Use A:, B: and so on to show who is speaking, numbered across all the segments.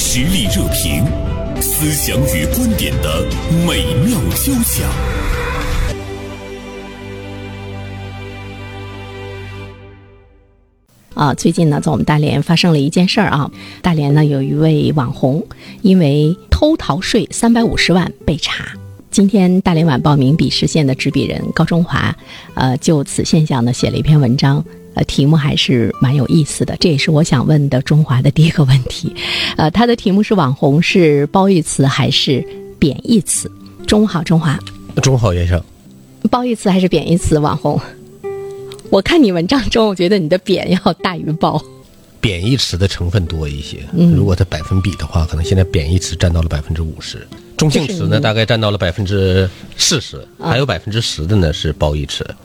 A: 实力热评，思想与观点的美妙交响。
B: 啊，最近呢，在我们大连发生了一件事儿啊。大连呢，有一位网红因为偷逃税三百五十万被查。今天，《大连晚报》名笔视线的执笔人高中华，呃，就此现象呢写了一篇文章，呃，题目还是蛮有意思的。这也是我想问的中华的第一个问题，呃，它的题目是“网红是褒义词还是贬义词？”中午好，中华，
C: 中好先生，
B: 褒义词还是贬义词？网红， 我看你文章中，我觉得你的贬要大于褒。
C: 贬义词的成分多一些。
B: 嗯
C: 如果它百分比的话，可能现在贬义词占到了百分之五十，中性词呢大概占到了百分之四十，还有百分之十的呢是褒义词。
B: 啊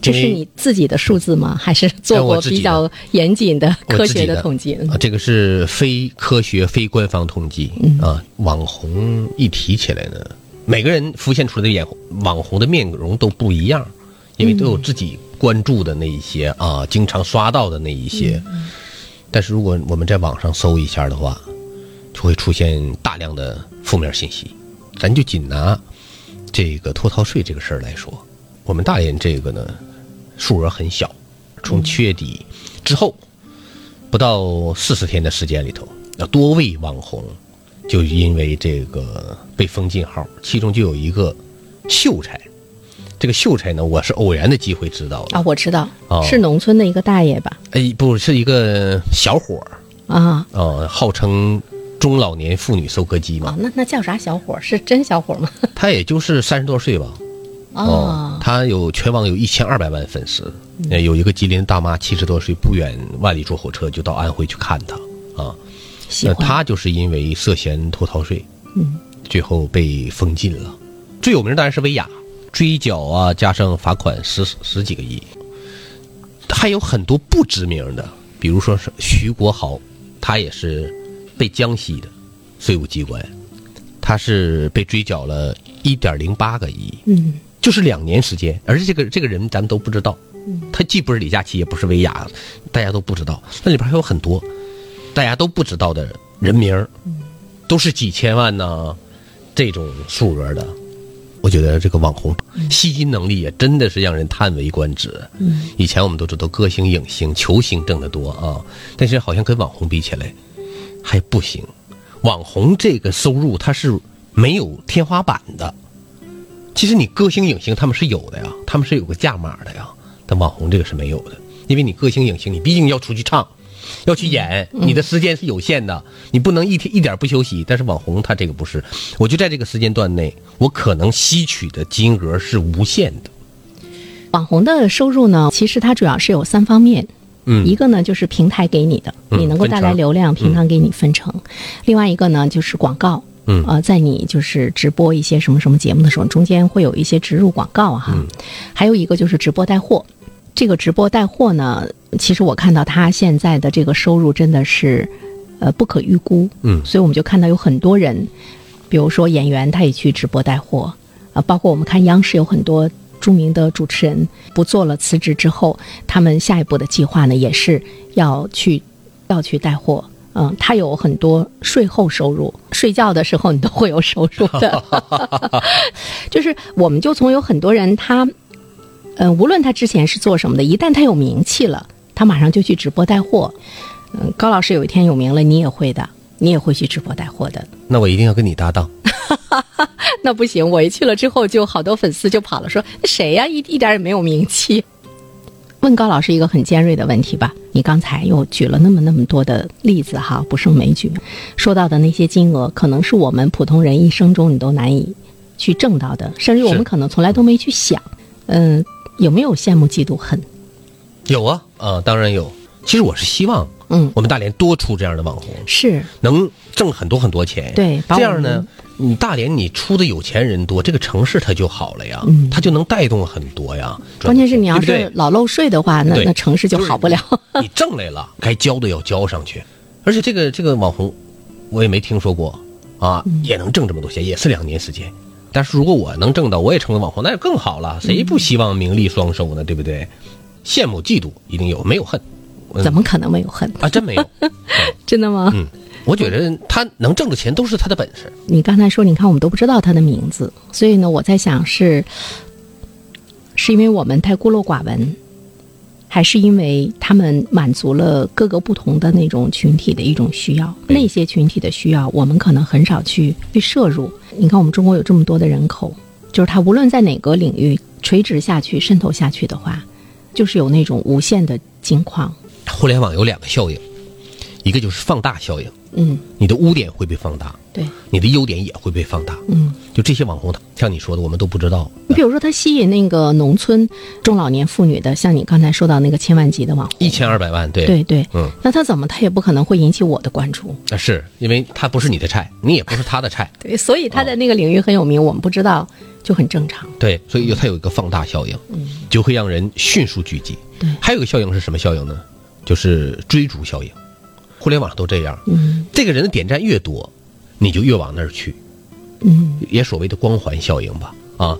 B: 这
C: 因
B: 是
C: 为
B: 你自己的数字吗？还是做
C: 哎我
B: 过
C: 自
B: 比
C: 己的
B: 较严谨的
C: 我
B: 科
C: 自己
B: 学的统计？
C: 啊，这个是非科学、非官方统计、啊。网红一提起来呢，每个人浮现出来的眼网红的面容都不一样，因为都有自己关注的那一些啊，经常刷到的那一些。但是如果我们在网上搜一下的话，就会出现大量的负面信息。咱就仅拿这个脱逃税这个事儿来说，我们大连这个呢，数额很小，从七月底之后不到四十天的时间里头，那多位网红就因为这个被封禁号，其中就有一个秀才。这个秀才呢，我是偶然的机会知道的
B: 啊，，我知道，
C: 哦
B: 是农村的一个大爷吧？
C: 哎，不是一个小伙儿
B: 啊，
C: 啊、呃号称中老年妇女收割机
B: 哦
C: 嘛，，
B: 那那叫啥小伙儿？是真小伙儿吗？
C: 他也就是三十多岁吧，哦，
B: 哦，
C: 他有全网有一千二百万粉丝，呃有一个吉林大妈七十多岁，不远万里坐火车就到安徽去看他啊。
B: 喜
C: 那
B: 欢
C: 他就是因为涉嫌偷逃税，
B: 嗯，
C: 最后被封禁了。最有名当然是薇娅，追缴啊，加上罚款十十几个亿，还有很多不知名的，比如说是徐国豪，他也是被江西的税务机关，他是被追缴了一点零八个亿，
B: 嗯，
C: 就是两年时间，而且这个这个人咱们都不知道，
B: 嗯
C: 他既不是李佳琦，也不是薇娅，大家都不知道。那里边还有很多大家都不知道的人名儿，都是几千万呢、这种数额的。我觉得这个网红吸金能力也真的是让人叹为观止。以前我们都知道歌星、影星、球星挣得多啊，但是好像跟网红比起来还不行。网红这个收入它是没有天花板的，其实你歌星、影星他们是有的呀，他们是有个价码的呀，但网红这个是没有的，因为你歌星、影星，你毕竟要出去唱，要去演，你的时间是有限的，你不能一天一点不休息。但是网红他这个不是，我就在这个时间段内，我可能吸取的金额是无限的。
B: 网红的收入呢，其实它主要是有三方面。
C: 嗯
B: 一个呢就是平台给你的，
C: 嗯
B: 你能够带来
C: 分成
B: 流量，平台给你分成；另外一个呢就是广告。
C: 嗯
B: 呃，在你就是直播一些什么什么节目的时候，中间会有一些植入广告啊哈。
C: 嗯
B: 还有一个就是直播带货，这个直播带货呢，其实我看到他现在的这个收入真的是，呃，不可预估。
C: 嗯
B: 所以我们就看到有很多人，比如说演员，他也去直播带货啊，包括我们看央视有很多著名的主持人不做了辞职之后，他们下一步的计划呢，也是要去要去带货。嗯，他有很多税后收入，睡觉的时候你都会有收入的。 就是我们就从有很多人他，嗯，无论他之前是做什么的，一旦他有名气了，他马上就去直播带货。嗯，高老师有一天有名了，你也会的，你也会去直播带货的。
C: 那我一定要跟你搭档。
B: 那不行，我一去了之后，就好多粉丝就跑了，说谁呀、一一点也没有名气。问高老师一个很尖锐的问题吧，你刚才又举了那么那么多的例子哈，不胜枚举，说到的那些金额，可能是我们普通人一生中你都难以去挣到的，甚至于我们
C: 是
B: 可能从来都没去想，嗯、有没有羡慕嫉妒恨？
C: 有啊，啊，当然有。其实我是希望，
B: 嗯，
C: 我们大连多出这样的网红，
B: 是
C: 能挣很多很多钱。
B: 对把
C: 这
B: 我
C: 样呢
B: 们，
C: 你大连你出的有钱人多，这个城市它就好了呀，它就能带动很多呀。
B: 嗯关键是你要
C: 对不对
B: 是老漏税的话，那
C: 对
B: 那城市就好不了。
C: 你挣来了，该交的要交上去。而且这个这个网红，我也没听说过啊，
B: 嗯
C: 也能挣这么多钱，也是两年时间。但是如果我能挣到，我也成为网红，那就更好
B: 嗯
C: 了。谁不希望名利双收呢？对不对？羡慕嫉妒一定有，没有恨嗯
B: 怎么可能没有恨？
C: 啊？真没有。
B: 真的吗？
C: 嗯，我觉得他能挣着钱都是他的本事。
B: 你刚才说，你看我们都不知道他的名字，所以呢，我在想是，是因为我们太孤陋寡闻，还是因为他们满足了各个不同的那种群体的一种需要？那些群体的需要，我们可能很少去去摄入。你看，我们中国有这么多的人口，就是他无论在哪个领域垂直下去、渗透下去的话，就是有那种无限的金矿。
C: 互联网有两个效应，一个就是放大效应，
B: 嗯，
C: 你的污点会被放大，
B: 对，
C: 你的优点也会被放大。
B: 嗯。
C: 就这些网红，像你说的，我们都不知道。
B: 你比如说，它吸引那个农村中老年妇女的，像你刚才说到那个千万级的网红，
C: 一千二百万，对
B: 对对，
C: 嗯，
B: 那他怎么他也不可能会引起我的关注，
C: 那是因为他不是你的菜，你也不是他的菜，
B: 对，所以他在那个领域很有名，我们不知道就很正常。
C: 对，所以有它有一个放大效应，就会让人迅速聚集。
B: 嗯对
C: 还有一个效应是什么效应呢？就是追逐效应。互联网上都这样，
B: 嗯
C: 这个人的点赞越多，你就越往那儿去，
B: 嗯，
C: 也所谓的光环效应吧，啊，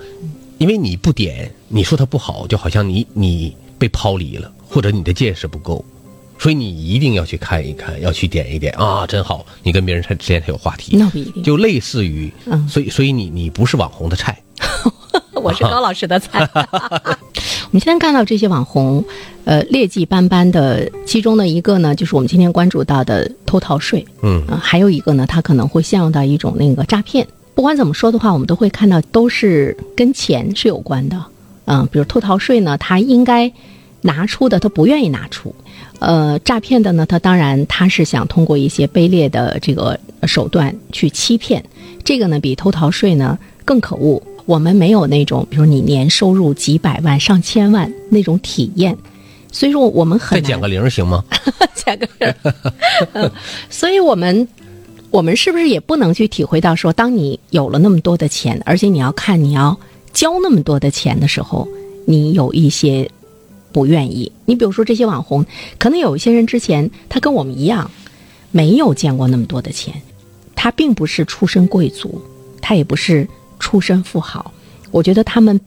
C: 因为你不点，你说他不好，就好像你你被抛离了，或者你的见识不够，所以你一定要去看一看，要去点一点啊，真好，你跟别人才之间才有话题，
B: 那不一定，
C: 就类似于，
B: 嗯
C: 所以所以你你不是网红的菜，
B: 我是高老师的 菜。我们今天看到这些网红，呃，劣迹斑斑的，其中的一个呢，就是我们今天关注到的偷逃税，
C: 嗯
B: 呃还有一个呢，他可能会陷入到一种那个诈骗。不管怎么说的话，我们都会看到都是跟钱是有关的，嗯、比如偷逃税呢，他应该拿出的，他不愿意拿出。呃，诈骗的呢，他当然他是想通过一些卑劣的这个手段去欺骗，这个呢比偷逃税呢更可恶。我们没有那种，比如你年收入几百万、上千万那种体验，所以说我们
C: 再
B: 很
C: 减
B: 难
C: 个零行
B: 啊
C: 吗？
B: 价格人，嗯，所以我们我们是不是也不能去体会到说，当你有了那么多的钱，而且你要看你要交那么多的钱的时候，你有一些不愿意。你比如说这些网红，可能有一些人之前他跟我们一样，没有见过那么多的钱，他并不是出身贵族，他也不是出身富豪。我觉得他们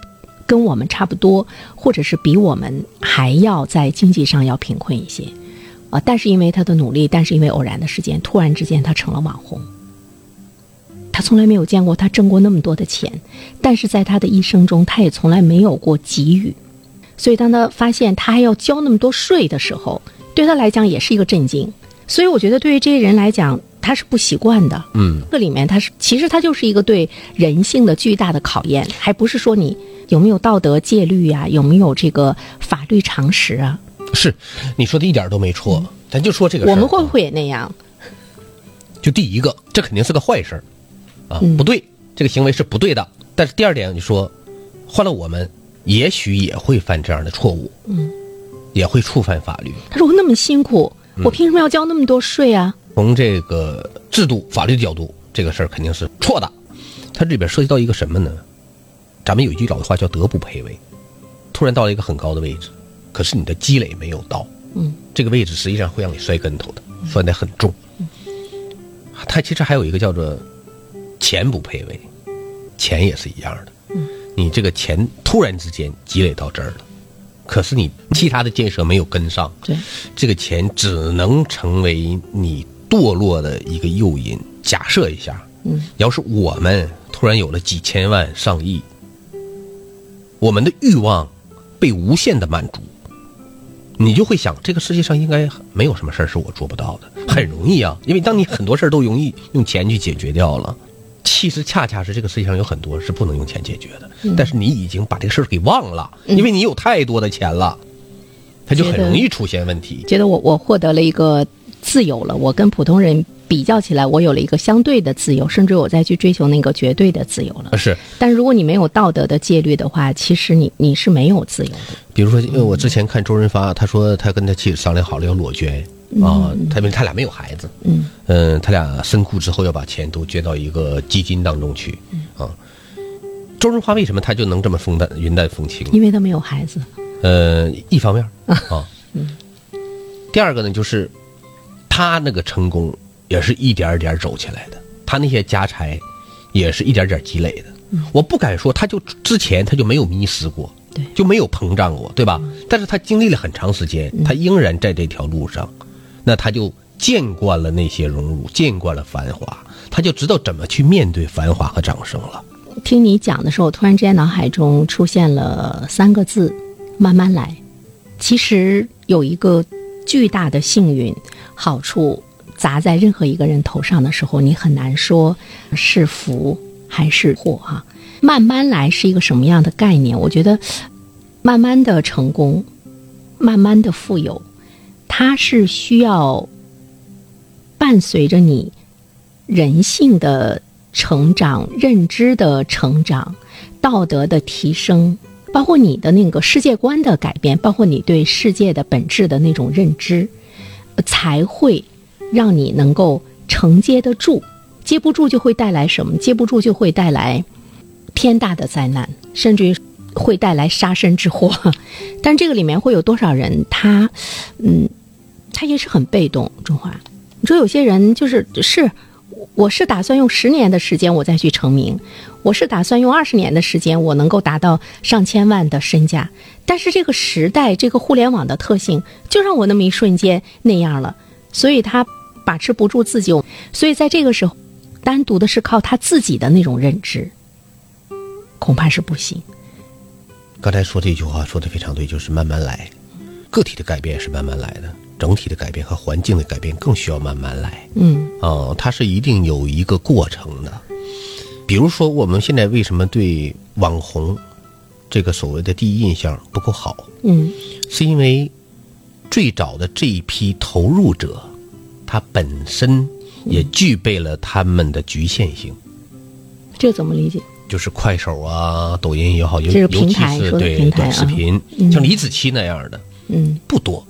B: 跟我们差不多，或者是比我们还要在经济上要贫困一些。啊，但是因为他的努力，但是因为偶然的事件，突然之间他成了网红。他从来没有见过他挣过那么多的钱，但是在他的一生中，他也从来没有过给予。所以当他发现他还要交那么多税的时候，对他来讲也是一个震惊。所以我觉得，对于这些人来讲，他是不习惯的。
C: 嗯，
B: 这里面它是其实它就是一个对人性的巨大的考验，还不是说你有没有道德戒律呀、有没有这个法律常识啊？
C: 是，你说的一点都没错，咱就说这个事
B: 嗯
C: 儿
B: 我
C: 啊。
B: 们会不会也那样？
C: 就第一个，这肯定是个坏事儿，啊，
B: 嗯
C: 不对，这个行为是不对的。但是第二点，你说，换了我们，也许也会犯这样的错误，嗯，也会触犯法律。
B: 他说我那么辛苦，我凭什么要交那么多税啊？
C: 从这个制度、法律的角度，这个事儿肯定是错的。它这里边涉及到一个什么呢？咱们有一句老话叫“德不配位”，突然到了一个很高的位置，可是你的积累没有到，
B: 嗯，
C: 这个位置实际上会让你摔跟头的，摔得很重。
B: 嗯
C: 它其实还有一个叫做“钱不配位”，钱也是一样的，
B: 嗯
C: 你这个钱突然之间积累到这儿了，可是你其他的建设没有跟上，
B: 对，
C: 这个钱只能成为你堕落的一个诱因。假设一下，
B: 嗯，
C: 要是我们突然有了几千万、上亿，我们的欲望被无限的满足，你就会想，这个世界上应该没有什么事儿是我做不到的，很容易啊，因为当你很多事儿都容易用钱去解决掉了。其实恰恰是这个世界上有很多是不能用钱解决的，但是你已经把这个事儿给忘了，因为你有太多的钱了，它就很
B: 觉得
C: 容易出现问题。
B: 觉得我我获得了一个自由了，我跟普通人比较起来，我有了一个相对的自由，甚至我再去追求那个绝对的自由了
C: 啊，。是，
B: 但如果你没有道德的戒律的话，其实你你是没有自由的。
C: 比如说，因为我之前看周润发，他说他跟他妻子商量好了要裸捐啊，他们他俩没有孩子，
B: 嗯
C: 嗯，他俩身故之后要把钱都捐到一个基金当中去啊。周润发为什么他就能这么风淡云淡风轻？
B: 因为他没有孩子。
C: 呃，一方面儿啊，第二个呢，就是他那个成功也是一点儿一点儿走起来的，他那些家财也是一点儿点儿积累的。我不敢说他就之前他就没有迷失过，
B: 对
C: 就没有膨胀过，对吧？但是他经历了很长时间，他仍然在这条路上，那他就见惯了那些荣辱，见惯了繁华，他就知道怎么去面对繁华和掌声了。
B: 听你讲的时候，突然之间脑海中出现了三个字：慢慢来。其实有一个巨大的幸运好处砸在任何一个人头上的时候，你很难说是福还是祸啊。慢慢来是一个什么样的概念？我觉得，慢慢的成功，慢慢的富有，它是需要伴随着你人性的成长、认知的成长、道德的提升，包括你的那个世界观的改变，包括你对世界的本质的那种认知，呃才会让你能够承接得住。接不住就会带来什么？接不住就会带来天大的灾难，甚至于会带来杀身之祸。 但这个里面会有多少人他，嗯，他也是很被动。中华，你说有些人就是是，我我是打算用十年的时间我再去成名，我是打算用二十年的时间我能够达到上千万的身价。但是这个时代，这个互联网的特性，就让我那么一瞬间那样了，所以他把持不住自己。所以在这个时候，单独的是靠他自己的那种认知。恐怕是不行。
C: 刚才说这句话说的非常对，就是慢慢来，个体的改变是慢慢来的，整体的改变和环境的改变更需要慢慢来。
B: 嗯
C: 哦，它是一定有一个过程的。比如说，我们现在为什么对网红这个所谓的第一印象不够好，
B: 嗯
C: 是因为最早的这一批投入者，他本身也具备了他们的局限性，，
B: 这怎么理解？
C: 就是快手啊、抖音也好，尤
B: 这是
C: 尤
B: 平
C: 其
B: 台
C: 是
B: 说的
C: 对
B: 平台
C: 短视
B: 啊
C: 频，像李子柒那样的，
B: 嗯，
C: 不多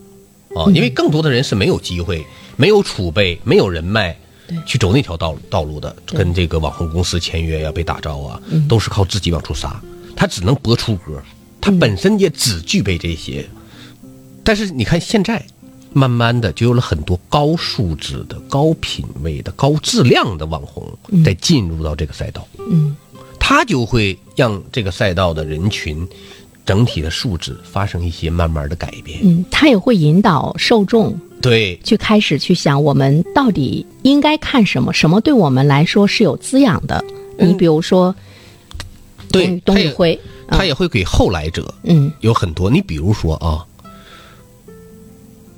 C: 啊，因为更多的人是没有机会、没有储备、没有人脉
B: 对，
C: 去走那条道路道路的，跟这个网红公司签约呀、被打招啊，
B: 嗯
C: 都是靠自己往出杀。他只能播出歌，他本身也只具备这些。但是你看现在，慢慢的就有了很多高素质的、高品位的、高质量的网红在进入到这个赛道。
B: 嗯，
C: 他就会让这个赛道的人群整体的素质发生一些慢慢的改变。
B: 嗯，他也会引导受众
C: 对，
B: 去开始去想，我们到底应该看什么？什么对我们来说是有滋养的？你比如说，
C: 嗯对，
B: 董
C: 他
B: 宇
C: 也
B: 辉，啊
C: 他也会给后来者
B: 嗯
C: 有很多。你比如说啊，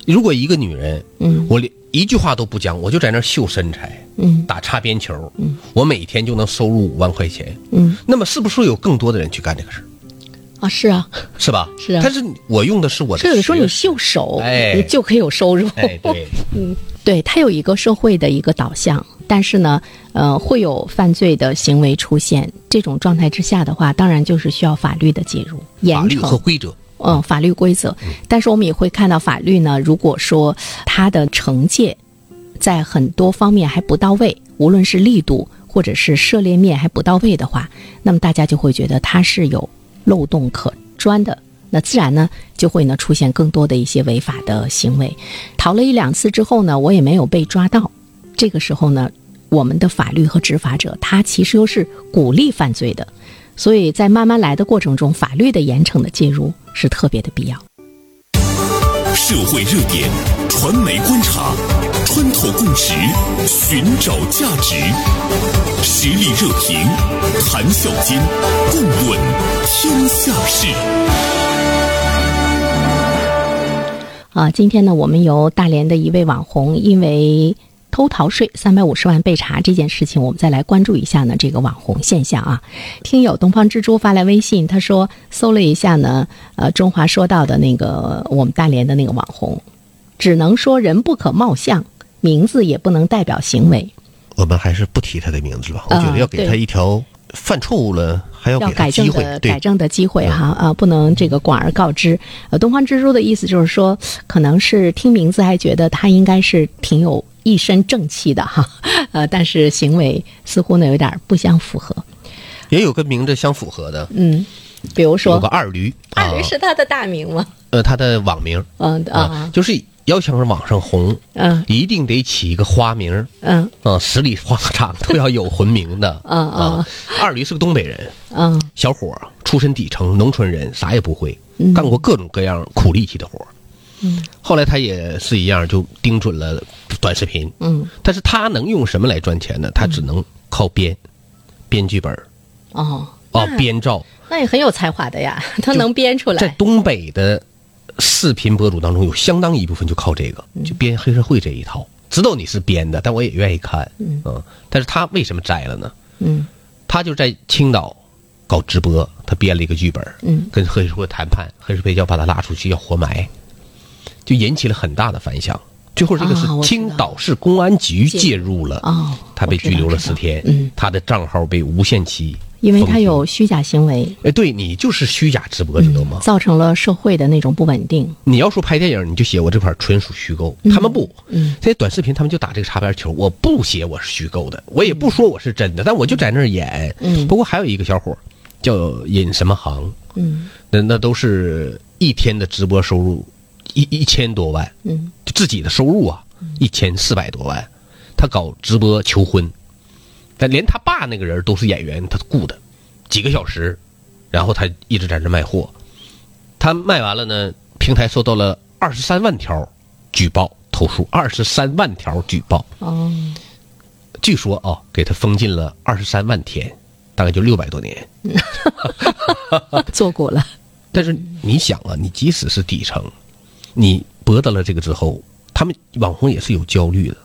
C: 如果一个女人，
B: 嗯
C: 我连一句话都不讲，我就在那儿秀身材，
B: 嗯
C: 打擦边球，我每天就能收入五万块钱，
B: 嗯，
C: 那么是不是有更多的人去干这个事儿？
B: 啊，是啊，
C: 是吧？
B: 是啊
C: 但是我用的是我的
B: 这有时候你
C: 学识
B: 秀手，
C: 哎
B: 你就可以有收入。
C: 哎，对，
B: 对，它有一个社会的一个导向，但是呢，呃，会有犯罪的行为出现。这种状态之下的话，当然就是需要法律的介入，严
C: 法律
B: 惩
C: 和规则。
B: 嗯，法律规则。但是我们也会看到，法律呢，如果说它的惩戒在很多方面还不到位，无论是力度或者是涉猎面还不到位的话，那么大家就会觉得它是有漏洞可钻的。那自然呢，就会呢出现更多的一些违法的行为。逃了一两次之后呢，我也没有被抓到。这个时候呢，我们的法律和执法者他其实又是鼓励犯罪的，所以在慢慢来的过程中，法律的严惩的介入是特别的必要。
A: 社会热点，传媒观察，穿透共识，寻找价值，实力热评，谈笑间，共论天下事。
B: 啊，今天呢，我们由大连的一位网红因为偷逃税三百五十万被查这件事情，我们再来关注一下呢这个网红现象啊。听友东方之珠发来微信，他说搜了一下呢，呃，中华说到的那个我们大连的那个网红，只能说人不可貌相，名字也不能代表行为，
C: 我们还是不提他的名字吧，我
B: 啊
C: 觉得要给他
B: 对
C: 一条犯错误了还要
B: 要
C: 给他
B: 改
C: 机
B: 正
C: 会
B: 的，
C: 对嗯
B: 改正的机会哈啊，不能这个广而告之。呃，东方之珠的意思就是说，可能是听名字还觉得他应该是挺有一身正气的哈，呃，但是行为似乎呢有点不相符合。
C: 也有跟名字相符合的，
B: 嗯，比如
C: 有个
B: 说，
C: 二驴，
B: 二驴
C: 啊
B: 是他的大名吗？
C: 呃他的网名
B: 嗯
C: 啊
B: 啊，，
C: 就是要想往上红，
B: 嗯
C: 一定得起一个花名儿
B: 嗯
C: 啊，十里花场都要有魂名的
B: 啊啊
C: 啊。二驴是个东北人，
B: 嗯
C: 小伙儿，出身底层，农村人，啥也不会，干过各种各样苦力气的活儿
B: 嗯
C: 后来他也是一样，就盯准了短视频。
B: 嗯
C: 但是他能用什么来赚钱呢？他只能靠编，编剧本儿
B: 哦，
C: 啊，
B: 那
C: 编照。
B: 那也很有才华的呀，他
C: 就
B: 能编出
C: 在
B: 来。
C: 东北的视频博主当中，有相当一部分就靠这个，
B: 嗯
C: 就编黑社会这一套。知道你是编的，但我也愿意看。
B: 嗯
C: 但是他为什么摘了呢？
B: 嗯
C: 他就在青岛搞直播，他编了一个剧本，
B: 嗯
C: 跟黑社会谈判，黑社会要把他拉出去要活埋，就引起了很大的反响。最后这个是
B: 啊我知道
C: 青岛市公安局
B: 介
C: 介入了，
B: 哦，
C: 他被拘留了十天，
B: 嗯，
C: 他的账号被无限期，
B: 因为他有，虚假行为，
C: 哎，对你就是虚假直播，知道吗？
B: 嗯造成了社会的那种不稳定。
C: 你要说拍电影，你就写我这块纯属虚构，
B: 嗯
C: 他们不，这些短视频他们就打这个擦边球，我不写我是虚构的，我也不说我是真的，但我就在那儿演。
B: 嗯
C: 不过还有一个小伙儿叫尹什么航，
B: 嗯
C: 那那都是一天的直播收入一一千多万，
B: 嗯
C: 就自己的收入啊，一千四百多万，他搞直播求婚，但连他爸那个人都是演员，他雇的，几个小时，然后他一直在这卖货，他卖完了呢，平台收到了二十三万条举报投诉，二十三万条举报，
B: 哦
C: 据说啊，给他封禁了二十三万天，大概就六百多年。
B: 做过了。
C: 但是你想啊，你即使是底层，你博得了这个之后，他们网红也是有焦虑的。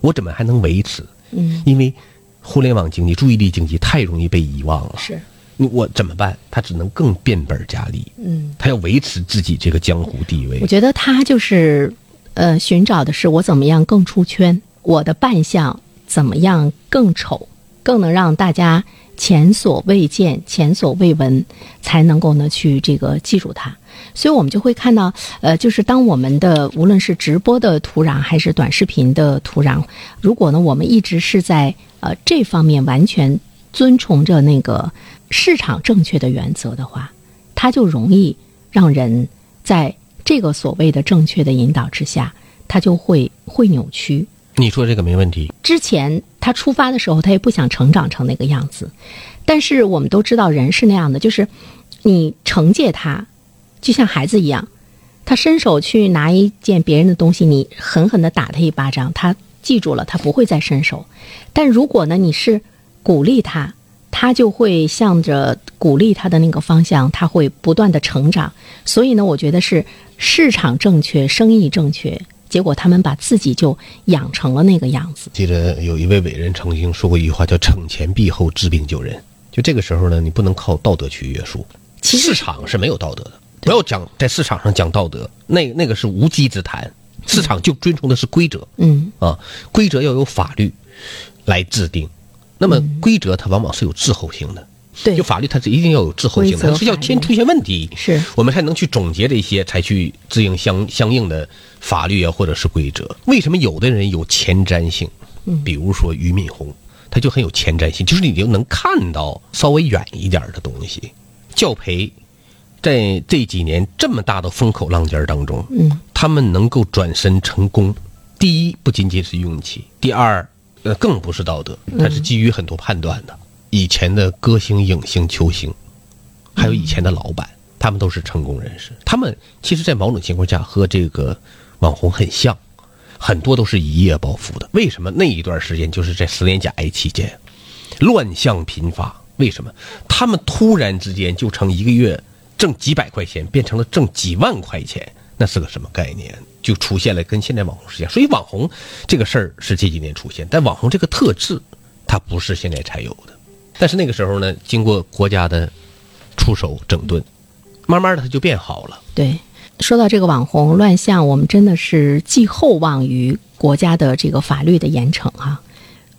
C: 我怎么还能维持？
B: 嗯，
C: 因为互联网经济、注意力经济太容易被遗忘了。
B: 是。
C: 你我怎么办？他只能更变本加厉。
B: 嗯，
C: 他要维持自己这个江湖地位
B: 我。觉得他就是，呃，寻找的是我怎么样更出圈，我的扮相怎么样更丑，更能让大家前所未见、前所未闻，才能够呢去这个记住他。所以我们就会看到，呃，就是当我们的无论是直播的土壤，还是短视频的土壤，如果呢我们一直是在呃这方面完全遵从着那个市场正确的原则的话，它就容易让人在这个所谓的正确的引导之下，他就会会扭曲。
C: 你说这个没问题。
B: 之前他出发的时候，他也不想成长成那个样子，但是我们都知道人是那样的，就是你惩戒他，就像孩子一样，他伸手去拿一件别人的东西，你狠狠地打他一巴掌，他记住了，他不会再伸手。但如果呢，你是鼓励他，他就会向着鼓励他的那个方向，他会不断的成长。所以呢，我觉得是市场正确，生意正确，结果他们把自己就养成了那个样子。
C: 记得有一位伟人曾经说过一句话，叫“惩前毖后，治病救人”。就这个时候呢，你不能靠道德去约束。
B: 其实
C: 市场是没有道德的，不要讲在市场上讲道德，那那个是无稽之谈。市场就遵从的是规则
B: 嗯
C: 啊，规则要有法律来制定。那么规则它往往是有滞后性的，，
B: 嗯对
C: 就，法律它是一定要有滞后性
B: 规
C: 的，
B: 则
C: 它是要先出现问题，
B: 是
C: 我们才能去总结这些，才去制定相相应的法律啊或者是规则。为什么有的人有前瞻性？
B: 嗯
C: 比如说俞敏洪，他就很有前瞻性，就是你就能看到稍微远一点的东西。教培在这几年这么大的风口浪尖儿当中，
B: 嗯，
C: 他们能够转身成功，第一不仅仅是运气，第二呃更不是道德，
B: 嗯
C: 它是基于很多判断的。以前的歌星、影星、球星，还有以前的老板，他们都是成功人士。他们其实，在某种情况下和这个网红很像，很多都是一夜暴富的。为什么那一段时间就是在十年甲 A 期间，乱象频发？为什么他们突然之间就成一个月挣几百块钱，变成了挣几万块钱？那是个什么概念？就出现了跟现在网红是一样。所以网红这个事儿是这几年出现，但网红这个特质，它不是现在才有的。但是那个时候呢，经过国家的出手整顿，慢慢的它就变好了。
B: 对。说到这个网红乱象，我们真的是寄厚望于国家的这个法律的严惩哈、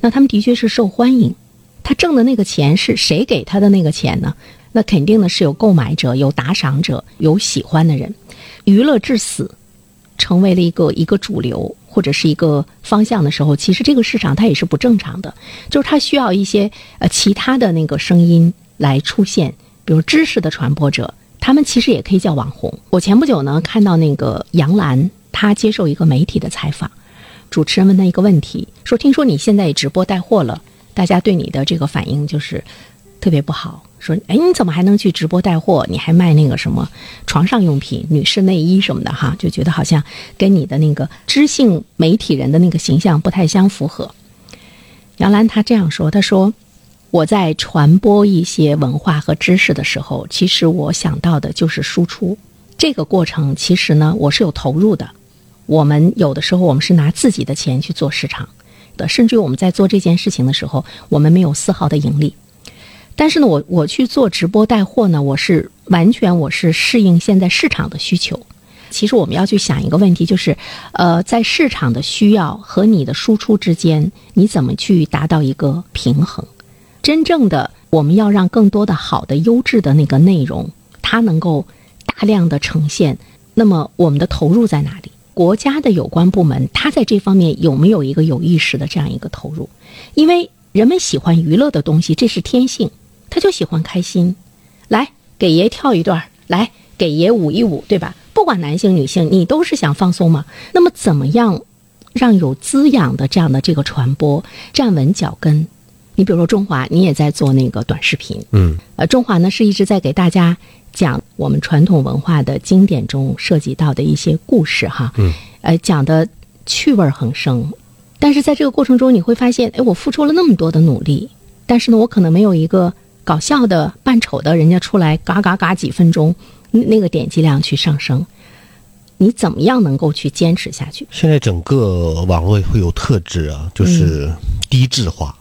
B: 那他们的确是受欢迎，他挣的那个钱是谁给他的那个钱呢？那肯定呢是有购买者、有打赏者、有喜欢的人。娱乐至死，成为了一个一个主流或者是一个方向的时候，其实这个市场它也是不正常的，就是它需要一些呃其他的那个声音来出现，比如知识的传播者，他们其实也可以叫网红。我前不久呢看到那个杨澜，她接受一个媒体的采访，主持人问她一个问题，说：“听说你现在也直播带货了，大家对你的这个反应就是特别不好，说，哎，你怎么还能去直播带货？你还卖那个什么床上用品、女士内衣什么的哈，就觉得好像跟你的那个知性媒体人的那个形象不太相符合。杨澜她这样说，她说。我在传播一些文化和知识的时候，其实我想到的就是输出。这个过程其实呢，我是有投入的。我们有的时候我们是拿自己的钱去做市场的，甚至于我们在做这件事情的时候，我们没有丝毫的盈利。但是呢，我我去做直播带货呢，我是完全我是适应现在市场的需求。其实我们要去想一个问题，就是，呃，在市场的需要和你的输出之间，你怎么去达到一个平衡？真正的，我们要让更多的好的、优质的那个内容，它能够大量的呈现。那么，我们的投入在哪里？国家的有关部门，它在这方面有没有一个有意识的这样一个投入？因为人们喜欢娱乐的东西，这是天性，他就喜欢开心。来，给爷跳一段儿，来，给爷舞一舞，对吧？不管男性女性，你都是想放松嘛。那么，怎么样让有滋养的这样的这个传播站稳脚跟？你比如说中华，你也在做那个短视频，
C: 嗯，
B: 呃，中华呢是一直在给大家讲我们传统文化的经典中涉及到的一些故事哈，嗯，呃，讲的趣味儿横生，但是在这个过程中你会发现，哎，我付出了那么多的努力，但是呢，我可能没有一个搞笑的、扮丑的人家出来嘎嘎嘎几分钟，那个点击量去上升，你怎么样能够去坚持下去？
C: 现在整个网络会有特质啊，就是低质化、
B: 嗯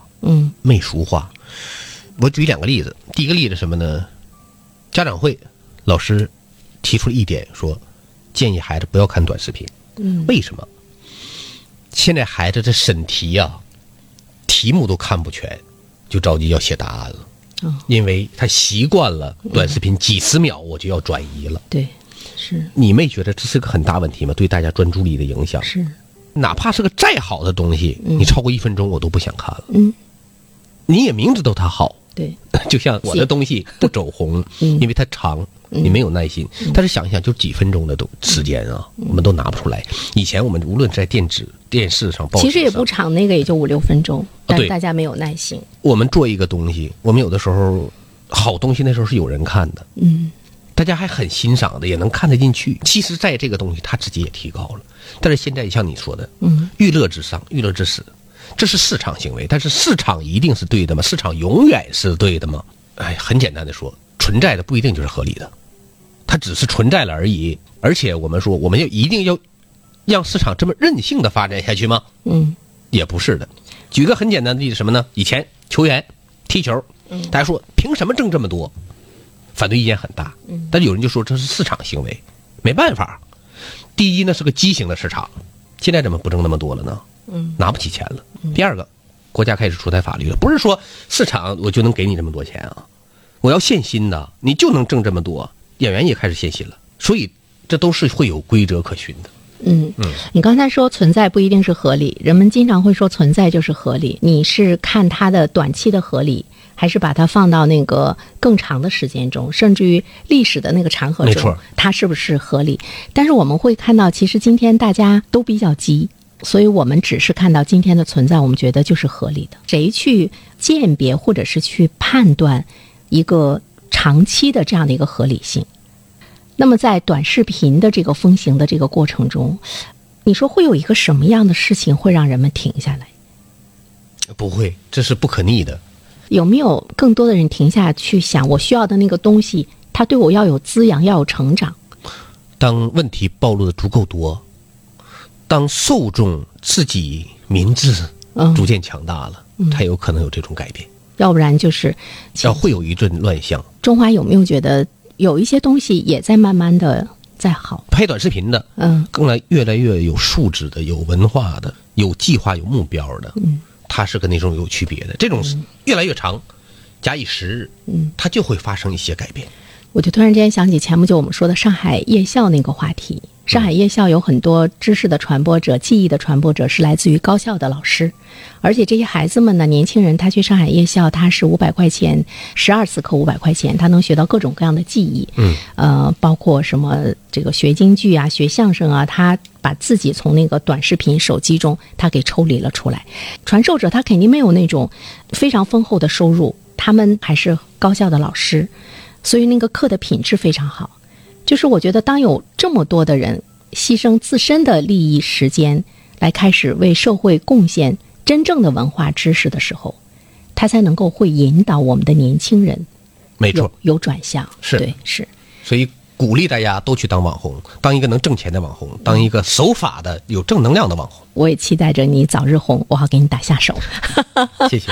C: 媚俗化。我举两个例子，第一个例子什么呢？家长会老师提出了一点说，建议孩子不要看短视频。
B: 嗯，
C: 为什么？现在孩子这审题啊，题目都看不全，就着急要写答案了，
B: 哦
C: 因为他习惯了短视频几十秒我就要转移了。
B: 对，是
C: 你没觉得这是个很大问题吗？对大家专注力的影响？
B: 是，
C: 哪怕是个再好的东西，你超过一分钟我都不想看了。
B: 嗯，
C: 你也明知道它好，
B: 对，
C: 就像我的东西不走红，
B: 嗯
C: 因为它长，你没有耐心。但是想一想，就几分钟的都时间啊，
B: 嗯
C: 我们都拿不出来。以前我们无论在电子、电视上、报纸
B: 其
C: 上，
B: 实也不长，那个也就五六分钟，但
C: 啊对
B: 大家没有耐心。
C: 我们做一个东西，我们有的时候好东西那时候是有人看的，
B: 嗯，
C: 大家还很欣赏的，也能看得进去。其实，在这个东西，他自己也提高了。但是现在像你说的，嗯，娱乐至上，娱乐至死，这是市场行为。但是市场一定是对的吗？市场永远是对的吗？哎，很简单的说，存在的不一定就是合理的，它只是存在了而已。而且我们说，我们要一定要让市场这么任性的发展下去吗？
B: 嗯，
C: 也不是的。举个很简单的例子，什么呢？以前球员踢球，大家说凭什么挣这么多？反对意见很大，但有人就说这是市场行为，没办法。第一呢是个畸形的市场，现在怎么不挣那么多了呢？嗯，拿不起钱了。第二个，国家开始出台法律了，不是说市场我就能给你这么多钱啊，我要限薪的，你就能挣这么多。演员也开始限薪了，所以这都是会有规则可循的。
B: 嗯，你刚才说存在不一定是合理，人们经常会说存在就是合理。你是看它的短期的合理，还是把它放到那个更长的时间中，甚至于历史的那个长河
C: 没
B: 中
C: 错，
B: 它是不是合理？但是我们会看到，其实今天大家都比较急，所以我们只是看到今天的存在，我们觉得就是合理的。谁去鉴别或者是去判断一个长期的这样的一个合理性？那么在短视频的这个风行的这个过程中，你说会有一个什么样的事情会让人们停下来？
C: 不会，这是不可逆的。
B: 有没有更多的人停下去想，我需要的那个东西，它对我要有滋养，要有成长？
C: 当问题暴露的足够多，当受众自己明智
B: 嗯
C: 逐渐强大了，才有可能有这种改变。
B: 要不然就是，
C: 要会有一阵乱象，
B: 中华有没有觉得有一些东西也在慢慢的在好？
C: 拍短视频的，
B: 嗯，
C: 更来越来越有素质的、有文化的、有计划、有目标的，嗯，它是跟那种有区别的。这种是越来越长，假以时日，嗯，它就会发生一些改变。
B: 我就突然之间想起前不久我们说的上海夜校那个话题。上海夜校有很多知识的传播者、记忆的传播者是来自于高校的老师，而且这些孩子们呢，年轻人他去上海夜校，他是五百块钱，十二次课五百块钱，他能学到各种各样的技艺，嗯，呃，包括什么这个学京剧啊、学相声啊，他把自己从那个短视频手机中他给抽离了出来。传授者他肯定没有那种非常丰厚的收入，他他们还是高校的老师，所以那个课的品质非常好。就是我觉得，当有这么多的人牺牲自身的利益、时间，来开始为社会贡献真正的文化知识的时候，他才能够会引导我们的年轻人
C: 没错
B: 有。有转向。
C: 是
B: 对，是
C: 所以鼓励大家都去当网红，当一个能挣钱的网红，当一个守法的、有正能量的网红。
B: 我也期待着你早日红，我好给你打下手。
C: 谢谢。